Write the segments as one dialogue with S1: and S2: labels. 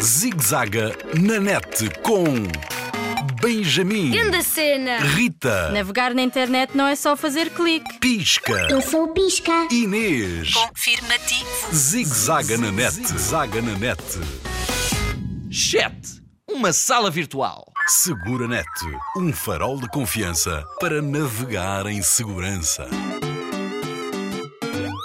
S1: Zigzaga na net com Benjamin,
S2: Grande cena!
S1: Rita,
S3: Navegar na internet não é só fazer clique.
S1: Pisca,
S4: Eu sou o Pisca.
S1: Inês.
S5: Confirmativo.
S1: Zigzaga na net, zaga na net.
S6: Chat, uma sala virtual.
S1: Segura net, um farol de confiança para navegar em segurança.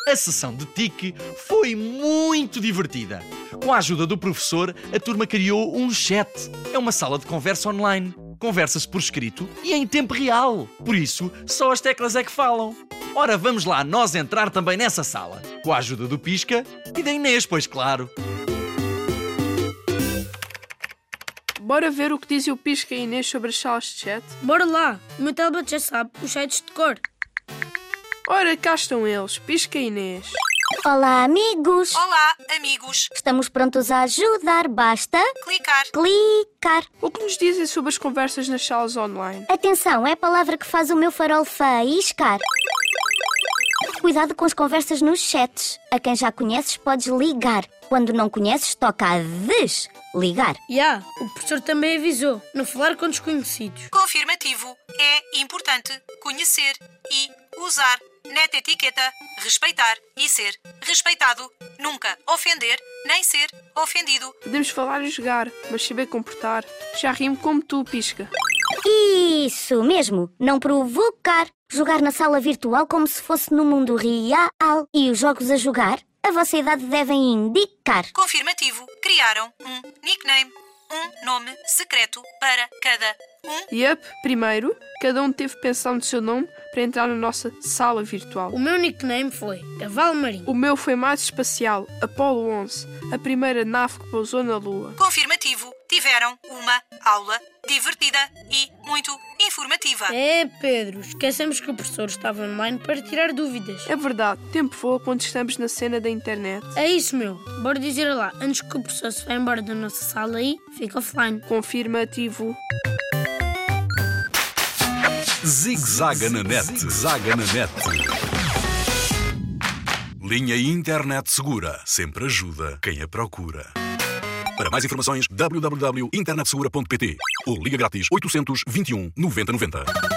S6: A sessão de TIC foi muito divertida. Com a ajuda do professor, a turma criou um chat. É uma sala de conversa online. Conversa-se por escrito e em tempo real. Por isso, só as teclas é que falam. Ora, vamos lá nós entrar também nessa sala. Com a ajuda do Pisca e da Inês, pois claro.
S7: Bora ver o que dizem o Pisca e Inês sobre as salas de chat?
S2: Bora lá! O meu tablet já sabe os sites de cor.
S7: Ora, cá estão eles, Pisca e Inês.
S4: Olá, amigos.
S5: Olá, amigos.
S4: Estamos prontos a ajudar. Basta
S5: Clicar.
S4: clicar.
S7: O que nos dizem sobre as conversas nas salas online?
S4: Atenção, é a palavra que faz o meu farol faiscar. Cuidado com as conversas nos chats. A quem já conheces podes ligar. Quando não conheces, toca a desligar.
S2: Já, o professor também avisou: não falar com desconhecidos.
S5: Confirmativo. É importante conhecer e usar neta etiqueta, respeitar e ser respeitado. Nunca ofender nem ser ofendido.
S7: Podemos falar e jogar, mas saber comportar. Já rimo como tu, Pisca.
S4: Isso mesmo, não provocar. Jogar na sala virtual como se fosse no mundo real. E os jogos a jogar, a vossa idade devem indicar.
S5: Confirmativo. Criaram um nickname, um nome secreto para cada um.
S7: Yup, primeiro, cada um teve de pensar no seu nome para entrar na nossa sala virtual.
S2: O meu nickname foi Cavalo Marinho.
S7: O meu foi mais espacial, Apollo 11, a primeira nave que pousou na Lua.
S5: Confirmativo. Tiveram uma aula divertida e muito informativa.
S2: É, Pedro, esquecemos que o professor estava online para tirar dúvidas.
S7: É verdade, tempo voa quando estamos na cena da internet.
S2: É isso, meu. Bora dizer lá, antes que o professor se vá embora da nossa sala aí, fica offline.
S7: Confirmativo.
S1: Zigzaga na net, zaga na net. Linha Internet Segura sempre ajuda quem a procura. Para mais um informações, www.internetsegura.pt ou liga grátis 821 9090.